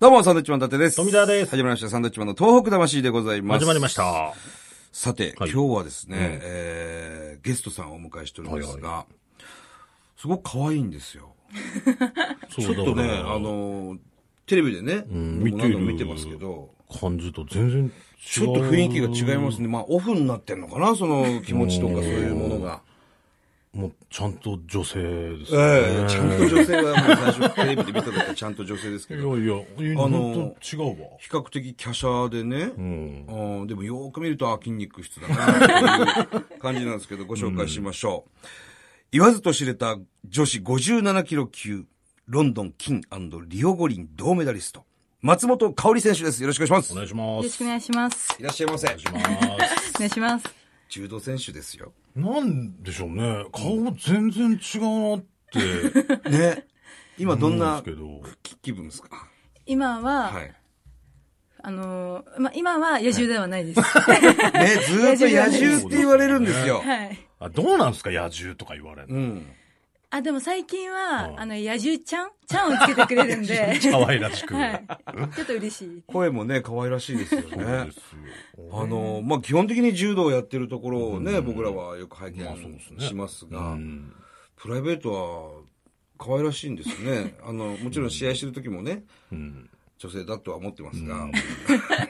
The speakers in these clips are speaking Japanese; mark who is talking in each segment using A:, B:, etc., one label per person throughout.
A: どうも、サンドウィッチマン伊達です。
B: 富澤です
A: 始まりました、サンドウィッチマンの東北魂でございます。
B: 始まりまし。た。
A: さて、
B: はい
A: 今日はですね、えー、ゲストさんをお迎えしておりますが、すごく可愛いんですよ。
B: ち
A: ちょっとね、あ、のー、テレビでね、
B: う
A: も
B: ん
A: う
B: 見て
A: 何
B: る
A: 度も見てますけど、
B: 感じと全然違う。
A: ちょっと雰囲気が違いますね。まあ、オフになってんのかな、その気持ちとかそういうものが。
B: もう、ちゃんと女性ですね。
A: ええちゃんと女性は、もう最初テレビで見た時はちゃんと女性ですけ
B: いや
A: ど、
B: いや、
A: あの
B: あの、違うわ。
A: 比較的華奢でね、
B: うん。
A: うんでもよーく見ると、あ、筋肉質だな、っていう感じなんですけど、ご紹介しましょう。言わずと知れた女子57キロ級、ロンドン金リオ五輪銅メダリスト、松本香織選手です。よろしくお願いし
B: お
A: ま
B: 願いします。
C: よろしくお願いします。
A: す。いらっしゃいませ。
B: お願いします。
C: お願いします。
A: 柔道選手ですよ。
B: なんでしょうね。顔全然違うな って。
A: ね。今どんな
B: 思うんです
A: 気気分ですか
C: 今は、
A: はい。ね、
C: あのーま、今は野獣ではないです。
A: ずーっと野獣って言われるんです よ。
C: はい。
B: あ、どうなんですか野獣とか言われる
A: う
B: の。
A: ん。
C: あ、でも最近は、
B: うん
C: あの、野獣ちゃんちゃんをつけてくれるんで、 はい。ち
B: 可愛らしく。
C: ょっと嬉しい。
A: 声もね、可愛らしいですよ
B: そうで
A: ね
B: す。よ。
A: あの、まあ、基本的に柔道をやってるところをね、
B: うん
A: 僕らはよく拝見
B: まあそうですね
A: します
B: う
A: が、
B: ん。
A: プライベートは可愛らしいんですよね。 あの、もちろん試合してる時もね、
B: うん。
A: 女性だとは思ってますが、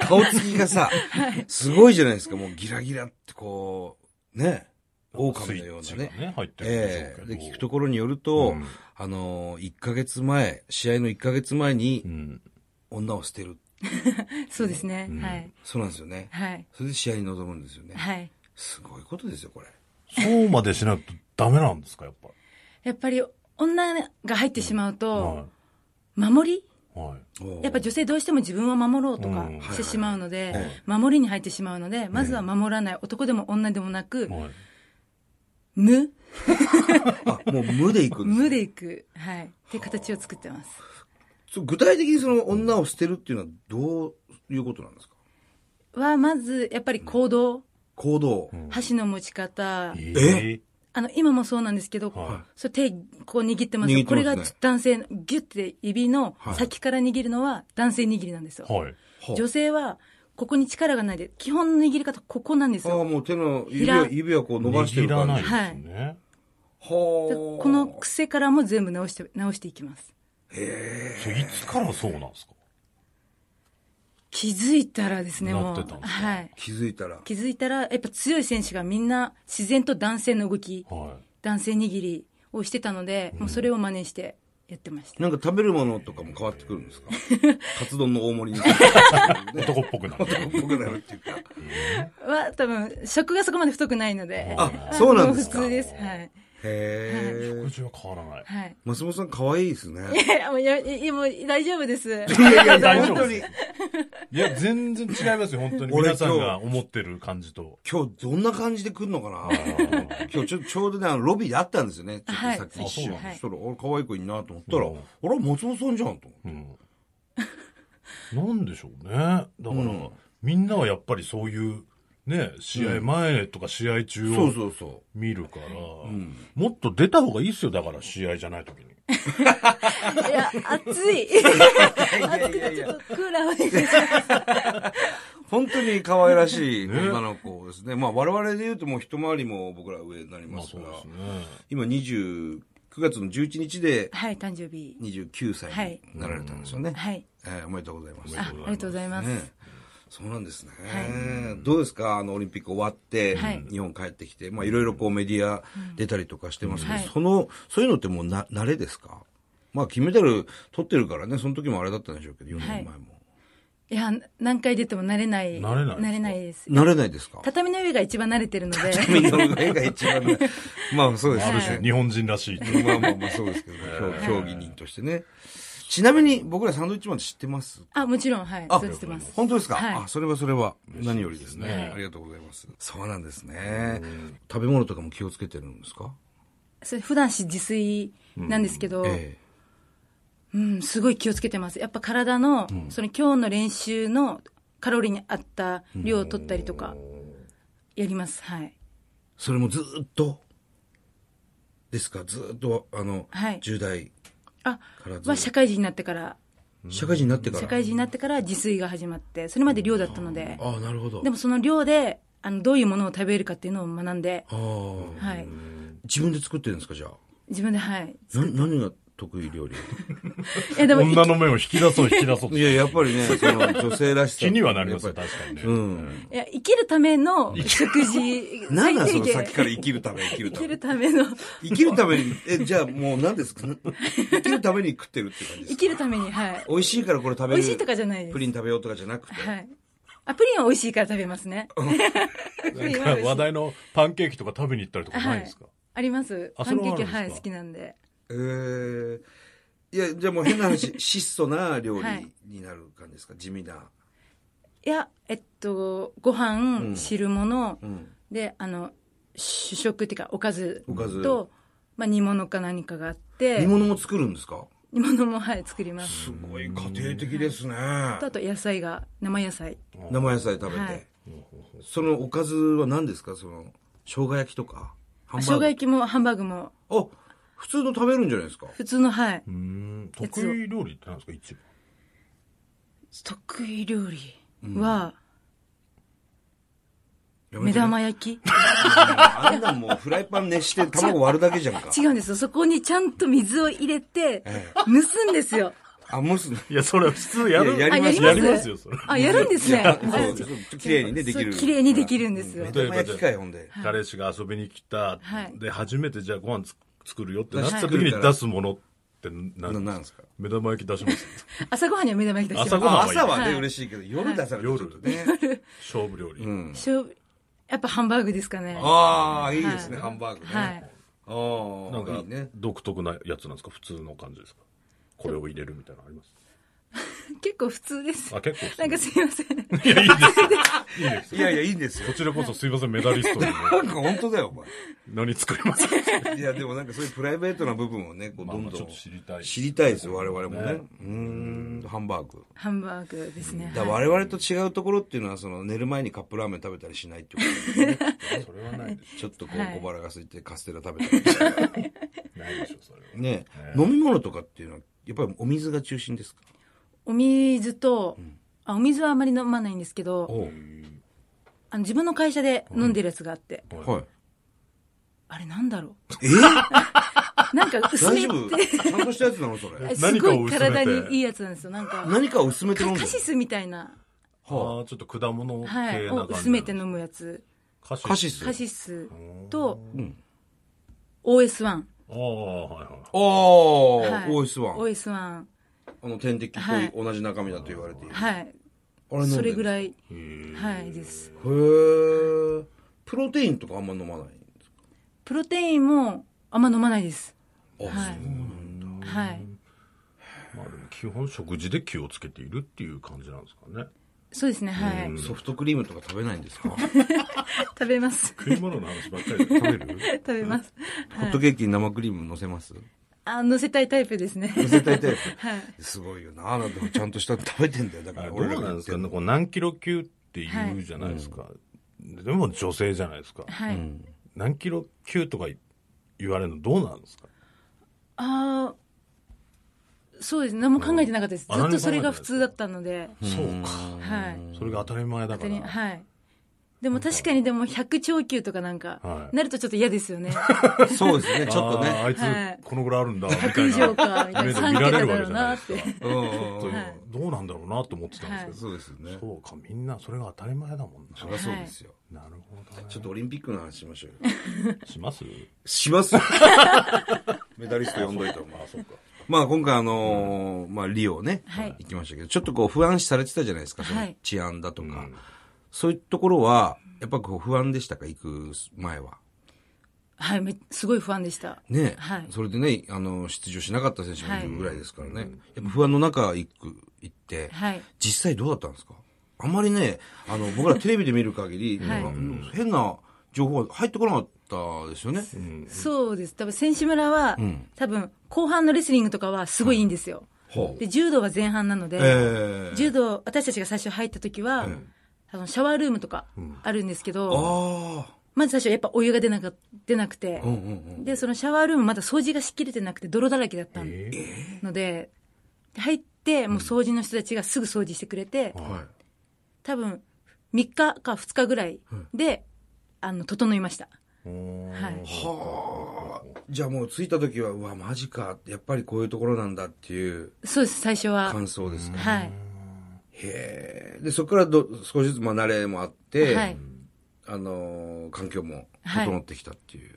A: 顔つきがさ、すごいじゃないですか、もうギラギラってこう、ね、狼のよ
B: スイ
A: う
B: ッチ
A: な
B: が
A: ね。
B: ね。入ってるんで
A: え
B: し
A: え
B: ょうけど。
A: で、聞くところによると、
B: うん
A: あの、1ヶ月前、試合の1ヶ月前に
B: うん。
A: 女を捨てる。
C: そうですね。
B: うん
C: はい。
A: そうなんですよね。
C: はい。
A: それで試合に臨むんですよね。
C: はい。
A: すごいことですよ、これ。
B: そうまでしないとダメなんですか、やっぱ。
C: やっぱり、女が入ってしま
B: は
C: うと、守り
B: い。はい。
A: おー
C: やっぱ女性どうしても自分は守ろうとか
B: うん
C: してしまうので
A: はいはい、
C: 守りに入ってしまうので、まずは守らない。男でも女でもなく、
B: はい。
C: 無
A: あ、もう無で行くんですね
C: 無でいく。はい。って形を作ってます。
A: そう具体的にその女を捨てるっていうのはどういうことなんですか
C: は、まず、やっぱり行動、
A: 行動。
B: うん
C: 箸の持ち方、
B: え
C: あの、今もそうなんですけど、
B: は
C: そう手、こう握って
A: 握ってます
C: ます
A: ね
C: よこれが男性の、ギュッて指の
A: はい
C: 先から握るのは男性握りなんですよ。
B: はい。
C: 女性は、ここに力がないで、基本の握り方、ここなんです
A: ああ、
C: よ。
A: もう手の
C: ひ
A: 指
C: ら
A: は、指はこう伸ばしてる
B: 握ら
A: 感
B: な
A: じ。
B: い
A: は
B: ですね。
C: で
A: こ
C: この癖からも全部直して、直していきます。
B: そういつからそうなんですか
C: 気づいたらですね、も
B: なっ
C: う
B: てたん。ですか
C: はい。
A: 気づいたら。
C: 気づいたら、やっぱ強い選手がみんな自然と男性の動き、
B: は
C: 男性握りをしてたので、もうそれを真似してやってました。
A: なんか食べるものとかも変わってくるんですかカツ丼の大盛りに。
B: い。男っぽくなる。
A: 僕なるっていうか。
C: は多分食がそこまで太くないので
A: あ、そうなんですか
C: もう普通ですはい
A: へ
B: 食
A: え。
B: 事は変わらない。
C: はい
A: 松本さん可愛いですね。
C: いやもうやいやもう大丈夫です
A: いやいや
B: 大丈
A: 本
B: 夫
A: 当
B: で
A: に
B: す。いや、全然違いますよ、本当に。
A: 俺
B: 皆さんが思ってる感じと。
A: 今日どんな感じで来るのかな今日ちょちょうどね、あのロビーで会ったんですよね。ちょっと
C: はい
A: さっき一
B: あそう
A: 瞬。
B: なん
C: だ
A: そしたら、俺可愛い子いいなと思ったら、
B: うん
A: あら、松本さんじゃんと思って。
B: うん。なんでしょうね。だから
A: ん、
B: みんなはやっぱりそういう、ね、試合前とか試合中
A: そ
B: を
A: うそうそ
B: 見るから、
A: う。うん。
B: もっと出た方がいいですよ、だから試合じゃない時に。
C: いや暑い
A: いやいやい
C: ちょ
A: や
C: っ、とクーラーをね
A: 本当に可愛らしい女の子ですね。まあ我々で言うともう一回りも僕ら上になり
B: ま
A: ま
B: あ
A: す
B: そ
A: か
B: う
A: ら、
B: ですね。
A: 今29月の11日で
C: はい誕生日
A: 29歳になられたんですよね。
C: はい
A: えーおめでとうございます。
C: あありがとうございます、
A: ねそうなんですね、どうですかあの、オリンピック終わって、
C: はい
A: 日本帰ってきて、まあいろいろこうメディア出たりとかしてますけど、
C: うんはい
A: その、そういうのってもうな、慣れですかまあ金メダル取ってるからね、その時もあれだったんでしょうけど、4年前も。
C: いや何回出ても慣れない
B: 慣れない
C: 慣れないです
A: 慣れないですか
C: 畳の上が一番慣れてるので
A: みんなの絵が一番 ね。まあそうです
B: ある
A: ね
B: 種、。日本人らしいという。
A: まあまあまあそうですけど、競競技人としてね。ちなみに僕らサンドウィッチマンって知ってます
C: あもちろんはい
A: あ
C: 存じてます
A: 本当ですか、
C: はい
A: あ、それはそれは何よりですね
B: 嬉しいですね
A: ありがとうございます。そうなんですね。食べ物とかも気をつけてるんですか
C: それ普段し自炊なんですけど、
A: え
C: うん、すごい気をつけてます。やっぱ体の、その今日の練習のカロリーに合った量を取ったりとか、やります。はい。
A: えそれもずっと、ですかずっと、あの、
C: はい
A: 10代
C: あ
A: からずっ、と
C: は社会人になってから
A: 社会人になってから。
C: 社会人になってから自炊が始まって、それまで寮だったので、
A: ああ、なるほど。
C: でもその寮で、あの、どういうものを食べるかっていうのを学んで、
A: ああ、
C: はい。
A: 自分で作ってるんですか、じゃあ。
C: 自分で、 はい。
A: な何が得意料理
C: いや、でも、い
B: 女の目を引き出そう、引き出そ う。
A: いや、やっぱり ね、その女性らしさ。
B: 気にはなりますよ、
A: やっ
B: 確かに ね。
A: ぱりうん。
C: や生きるための 食事、
A: なんなんその
C: 最低限
A: 先から生きるため、生きる
C: 生
A: た
C: き
A: め
C: る。ための、
A: 生きるために、え、じゃあもう何ですか生きるために食ってるって感じです
C: 生
A: か
C: きるために、はい。
A: 美味しいからこれ食べる。
C: 美味しいとかじゃないです
A: プリン食べようとかじゃなくて。
C: はい。あ、プリンは美味しいから食べますね。 プリンは美味しい
B: 話題のパンケーキとか食べに行ったりとかないんですか、
C: あります。
B: あ
C: パンケー
B: そ
C: キ、
B: れはあ
C: は
B: るんですか
C: い、好きなんで。
A: えー、いや、じゃあもう変な 話、質素な料理になる感じですか、地味な。
C: いや、えっと、ご
A: う
C: 飯、
A: ん
C: 汁物
A: う、ん。
C: で、あの、主食っていうか、おかず
A: おかず
C: と、まあ、煮物か何かがあって、
A: 煮物も作るんですか
C: 煮物も、はい、作ります。
A: すごい家庭的ですね。
C: あと、野菜が、生野菜。
A: 生野菜食べて。
C: はい
A: そのおかずは何ですかその、生姜焼きとかハンバ
C: 生
A: ー
C: 姜
A: グ
C: 焼きもハンバーグも、
A: あ、普通の食べるんじゃないですか
C: 普通の、はい。
B: うーん得意料理ってなんですか一
C: 得意料理は、
A: やめ
C: 目
A: てね
C: 玉焼き
A: あんなんもうフライパン熱して卵割るだけじゃんか。
C: 違うんですよ。そこにちゃんと水を入れて、 蒸すんですよ。
A: あ、蒸すね。
B: 番いやそれは普通や
A: るいやや
C: あ、
A: ります
B: やりますよそれ
C: あ、やるんですね。
A: そうそう綺麗にね、できる。
C: そう綺麗にできるんですよ
A: 目玉焼きかい、ほんで。
B: 彼氏が遊びに来た、
C: はい
B: で初めてじゃあご飯つ作るよってな
A: はい
B: った時に出すものってな
A: ななんですか
B: 目玉焼き出します
C: 朝ごはんには目玉焼き出して
B: 朝
C: ま
B: ごはん
A: あ朝は
C: は
A: ね、
C: い
A: 嬉しいけど、夜出されるとちょっとね。
B: 勝負料理、
A: うん。
C: す。しょうやっぱハンバーグですかね。は
A: ああ、いいですね、ハンバーグね。
C: い。
A: あ
B: なん
A: あ、い
B: か
A: いね。
B: 独特なやつなんですか普通の感じですかこれを入れるみたいなのあります
C: 結構普通です。
B: あ結構普通
C: なんかすいません。
B: いやいいですいいです
A: いやいや、いいんですよ
B: こ。ちらこそすいませんメダリストにね
A: なんか本当だよ、お
B: 何作りますか
A: 前。いや、でもなんかそういうプライベートな部分をね、こう、どん
B: まあまあち
A: ど
B: ょっ
A: ん
B: と知りたい
A: 知りたいですよ、我々もね
B: ね。
A: うーん、ハンバーグ。
C: ハンバーグですね。
A: だ
C: はい
A: 我々と違うところっていうのは、その寝る前にカップラーメン食べたりしないってことだよね
B: それはないです
A: ちょっとこ
C: は
A: う
C: い
A: 小腹が空いてカステラ食べたりして
B: ないでしょそれは
A: ね。飲み物とかっていうのは、やっぱりお水が中心ですか
C: お水と、あ、お水はあまり飲まないんですけど、
A: お
C: あの自分の会社で飲んでるやつがあって、
A: はい。
C: あれなんだろ
A: え
C: う。 なんか薄
A: 大
C: め
A: 丈
C: って
A: 夫、ちゃんとしたやつなのそれ。
C: す
B: 何か
C: ご
B: を
C: い
B: 薄めて
C: 体にいいやつなんですよ。なんか、
A: 何かを薄めて飲んで
C: カ
A: る
C: カシスみたいな、
A: は
B: ああ、ちょっと果物系な
C: は
B: 感じ
C: い、
B: な
C: を
B: んですね
C: 薄めて飲むやつ。
B: カシ
A: カシス。
C: カ
A: あ
C: シスと、OS1。
B: ああ、はいはい。
A: あー、
C: はい
A: OS1。
C: OS1。
A: あの天敵と
C: はい
A: 同じ中身だと言われている。
C: はい。
A: あれ飲んでる
C: それぐら
A: い。
C: い。はい、です。
A: へー。プロテインとかあんま飲まないんですか
C: プロテインもあんま飲まないです。
A: あ、
C: はい。はい。
B: まあでも基本食事で気をつけているっていう感じなんですかね。
C: そうですね、はい。
A: ソフトクリームとか食べないんですかホ
C: 食べます。
B: 食い物の話ばっかりで食べる
C: 食べます。は
A: ッ
C: い
A: トケーキに生クリーム乗せます
C: あ、乗せたいタイプですね。
A: 乗せたいタイ
C: はい。
A: プ。すごいよな。なんかちゃんとしたの食べてんだよ。だか
B: あ
A: ら
B: ど
A: 俺ら
B: う
A: が
B: なん
A: 言
B: で
A: っ
B: す
A: てる
B: かね
A: の。
B: こう何キロ級って言うじゃないですか。でも女性じゃないですか。
C: はい。
B: 何キロ級とか言われるのどうなんですか
C: あーそうですね。何も考えてなかったです。
B: あ
C: ずっとそれが普通だったので。
B: そうか。
C: はい。
B: それが当たり前だ
C: 当
B: か
C: たり
B: ら。
C: はい。でも確かにでも100超級とかなんか、
B: はい
C: なるとちょっと嫌ですよね。
A: そうですね、ちょっと
B: あー
A: ね。
B: あい
C: はい
B: つこのぐらいあるんだ、みたいな。
C: 100以上か、みたい
B: 目
C: な。
B: で
C: 3
B: 見られ
C: 桁
B: るわけ
C: だろ
B: じ
C: う
B: ゃな
C: ないっ
B: です
C: て
B: か。。
A: うんうん
B: そううん
C: はい
B: どうなんだろうなと思ってたんですけど。
A: そうですよね。
B: そうか、みんなそれが当たり前だもんな。
A: そりゃそうですよ。
B: なるほどね。
A: ちょっとオリンピックの話しましょうよ。
B: します
A: しますよ メダリスト呼んどいたお前。
B: そうか。
A: まあ今回あのーまあリオね、
C: はい
A: 行きましたけど、ちょっとこう不安視されてたじゃないですか、そ
C: は
A: の
C: い
A: 治安だとか。そういうところは、やっぱこう不安でしたか、行く前は。
C: はい、めすごい不安でした。
A: ね、
C: はい。
A: それでね、あの、出場しなかった選手もいるぐらいですからね。やっぱ不安の中行く、行って、
C: はい
A: 実際どうだったんですかあんまりね、あの、僕らテレビで見る限り、
C: はい
A: なんか変な情報が入ってこなかったですよね。
C: そうです。多分、選手村は、多分、後半のレスリングとかはすごいいいんですよ。
A: ほう。
C: で、柔道は前半なので、
A: ええ
C: 柔道、私たちが最初入った時は、あのシャワールームとかあるんですけど、
A: ああ。
C: まず最初やっぱお湯が出なか出なくて、
A: うんうんうん。
C: で、そのシャワールームまだ掃除がしきれてなくて泥だらけだったので、で入っって、もう掃除の人たちがすぐ掃除してくれて、
A: は
C: 多分3日か2日ぐらいで、あの整いました、はい、
A: い。じゃあもう着いた時は、うわ、マジか、やっぱりこういうところなんだっていう
C: そうです最初は
A: 感想ですか。
C: はい
A: へえ。で、そこからど少しずつまあ慣れもあって、
C: はい
A: あのー環境も整ってきたっていう。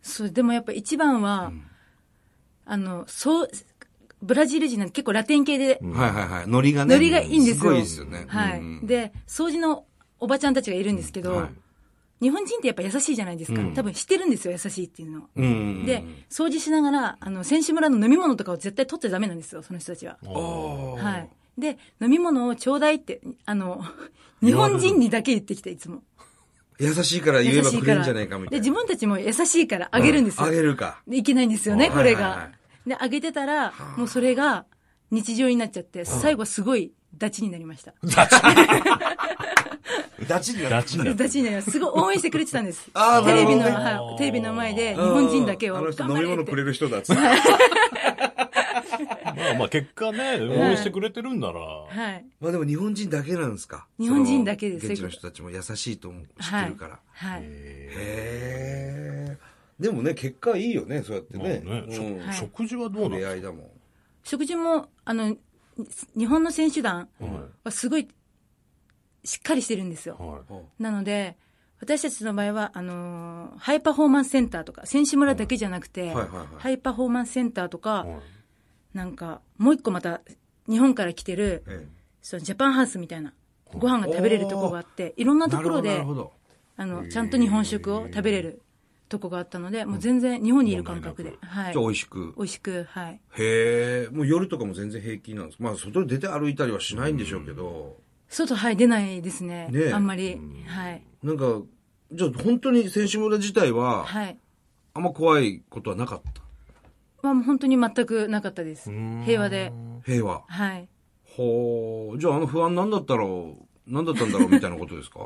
C: そうでもやっぱ一番は、あのそうブラジル人なんて結構ラテン系で、
A: はいはいはい。ノリがね。
C: ノリがいいんですよ
A: すごいですよね。
C: はい
A: うんうん
C: で掃除のおばちゃんたちがいるんですけど、
A: はい
C: 日本人ってやっぱ優しいじゃないですか、多分知ってるんですよ優しいっていうのを、
A: うんうんうん。
C: で掃除しながらあの選手村の飲み物とかを絶対取っちゃダメなんですよその人たちは
A: ああ。
C: はい。で、飲み物をちょうだいって、あの、日本人にだけ言ってきて、いつも。
A: 優しいから言えばくれるんじゃないかみた
C: で、
A: いな。
C: 自分たちも優しいからあげるんですよ。
A: あげるか。
C: でいけないんですよね、
A: あ
C: こ
A: はい
C: れ
A: はいは
C: が。で、あげてたら、もうそれが日常になっちゃって、最後はすごいダチになりました。
A: ダチにな
B: ダチ だ。
C: ダチになりました。すごい応援してくれてたんです。
A: あー
C: テレビの、
A: なるほどね
C: はい、テレビの前で日本人だけ
A: あ
C: は。
A: の人
C: 頑
A: 飲
C: 張
A: み
C: れっ
A: 物
C: て
A: くれる人だっつって。
B: まあまあ結果ね、応援してくれてるんなら。
C: はい。
A: まあでも日本人だけなんですか。
C: 日本人だけです
A: その現地の人たちも優しいと思う知っ
C: は
A: て
C: い
A: るから。。
C: はい。
A: へえ。でもね、結果いいよね、そうやって
B: まあね
A: ね。
B: し
A: うん
C: はい
B: 食事はどうな
A: 出
B: の
A: 会いだもん。
C: 食事も、あの、に日本の選手団はすごい、しっかりしてるんですよ。
B: はい
C: なので、私たちの場合は、あのーハイパフォーマンスセンターとか、選手村だけじゃなくて、
A: はいはいはい
C: ハイパフォーマンスセンターとか、
B: はい
C: なんか、もう一個また、日本から来てる、
A: え
C: そのジャパンハウスみたいな、ご飯が食べれるとこがあって、いろん
A: え
C: なところ
A: な
C: で
A: る、ほど。
C: あの、ちゃんと日本食を食べれるとこがあったので、もう全然日本にいる感覚で、は。
A: ないるほどじゃあ美
C: 美
A: 味しく。
C: 味しく、はい。
A: へえ。もう夜とかも全然平気なんです。まあ外に出て歩いたりはしないんでしょうけど。
C: 外、はい、出ないですね。
A: ねえ
C: あんまり。はい。
A: なんか、じゃあ本当に選手村自体は、
C: はい。
A: あんま怖いことはなかった。
C: は、もう本当に全くなかったです。平和で。
A: 平和。
C: はい。
A: ほう。じゃああの不安なんだったろう、なんだったんだろうみたいなことですか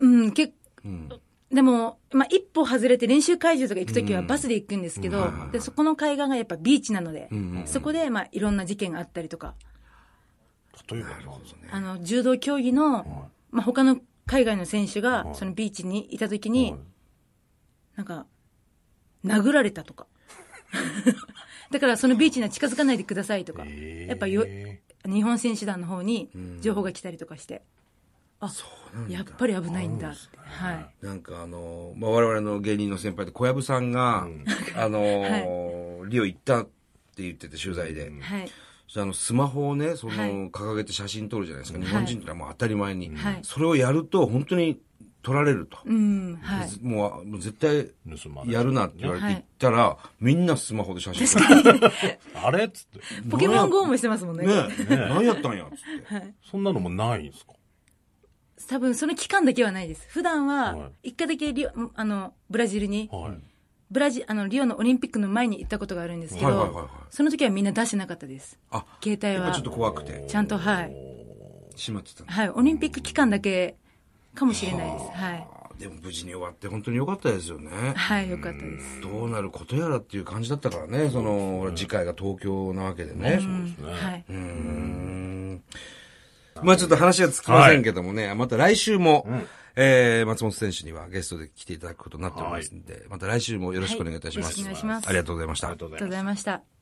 C: うん、け
A: うん。
C: でも、まあ、一歩外れて練習会場とか行くときはバスで行くんですけど、
A: うんはいはいはい
C: で、そこの海岸がやっぱビーチなので、
A: んうんうん
C: そこで、まあ、いろんな事件があったりとか、
B: 例えばなんだろ
C: あの、柔道競技の、まあ、他の海外の選手が、そのビーチにいたときに、なんか、殴られたとか。 だから、そのビーチには近づかないでくださいとか、
B: う
C: やっぱよ、
B: え
C: 日本選手団の方に情報が来たりとかして、あ、やっぱり危ないんだって。はい。
A: なんかあの、まあ、我々の芸人の先輩で小籔さんが、あのー、リオ行ったって言ってて取材で。
C: はい。
A: そしたらあのスマホをね、その、
C: はい
A: 掲げて写真撮るじゃないですか。日本人ってのはもう当たり前に。
C: はい
A: それをやると本当に撮られると。
C: うん、はい。
A: もうもう絶対
B: ー盗まれ
A: やるなって言われて行ったら、みんなスマホで写真撮る。
B: あれっつって。
C: ポケモン GO もしてますもんね。
A: ねえ、何やったんやっつって。
B: そんなのもないんですか
C: 多分その期間だけはないです。普段
B: は
C: は、一回だけリオ、あの、ブラジルに、
B: はい。
C: ブラジ、あの、リオのオリンピックの前に行ったことがあるんですけ
A: はいはいはいはい
C: ど、その時はみんな出してなかったです。
A: あ、
C: 携帯
A: やっぱ
C: は
A: ちょっ。と怖くて、
C: ちゃんと、はい。
A: しまってたの
C: はい。オリンピック期間だけかもしれないです。はい。
A: あでも無事に終わって本当に良かったですよね。
C: はい、よかったです。
A: どうなることやらっていう感じだったからね、その、次回が東京なわけでね。
C: はい。
A: うんまあちょっと話はつきませんけどもね、また来週も、えー、松本選手にはゲストで来ていただくことになっておりますんで、また来週もよろしくお願いいたします。
C: はいよろしくお願いします
A: ありがとうございました。
B: ありがとうございます
C: ありがとうございました。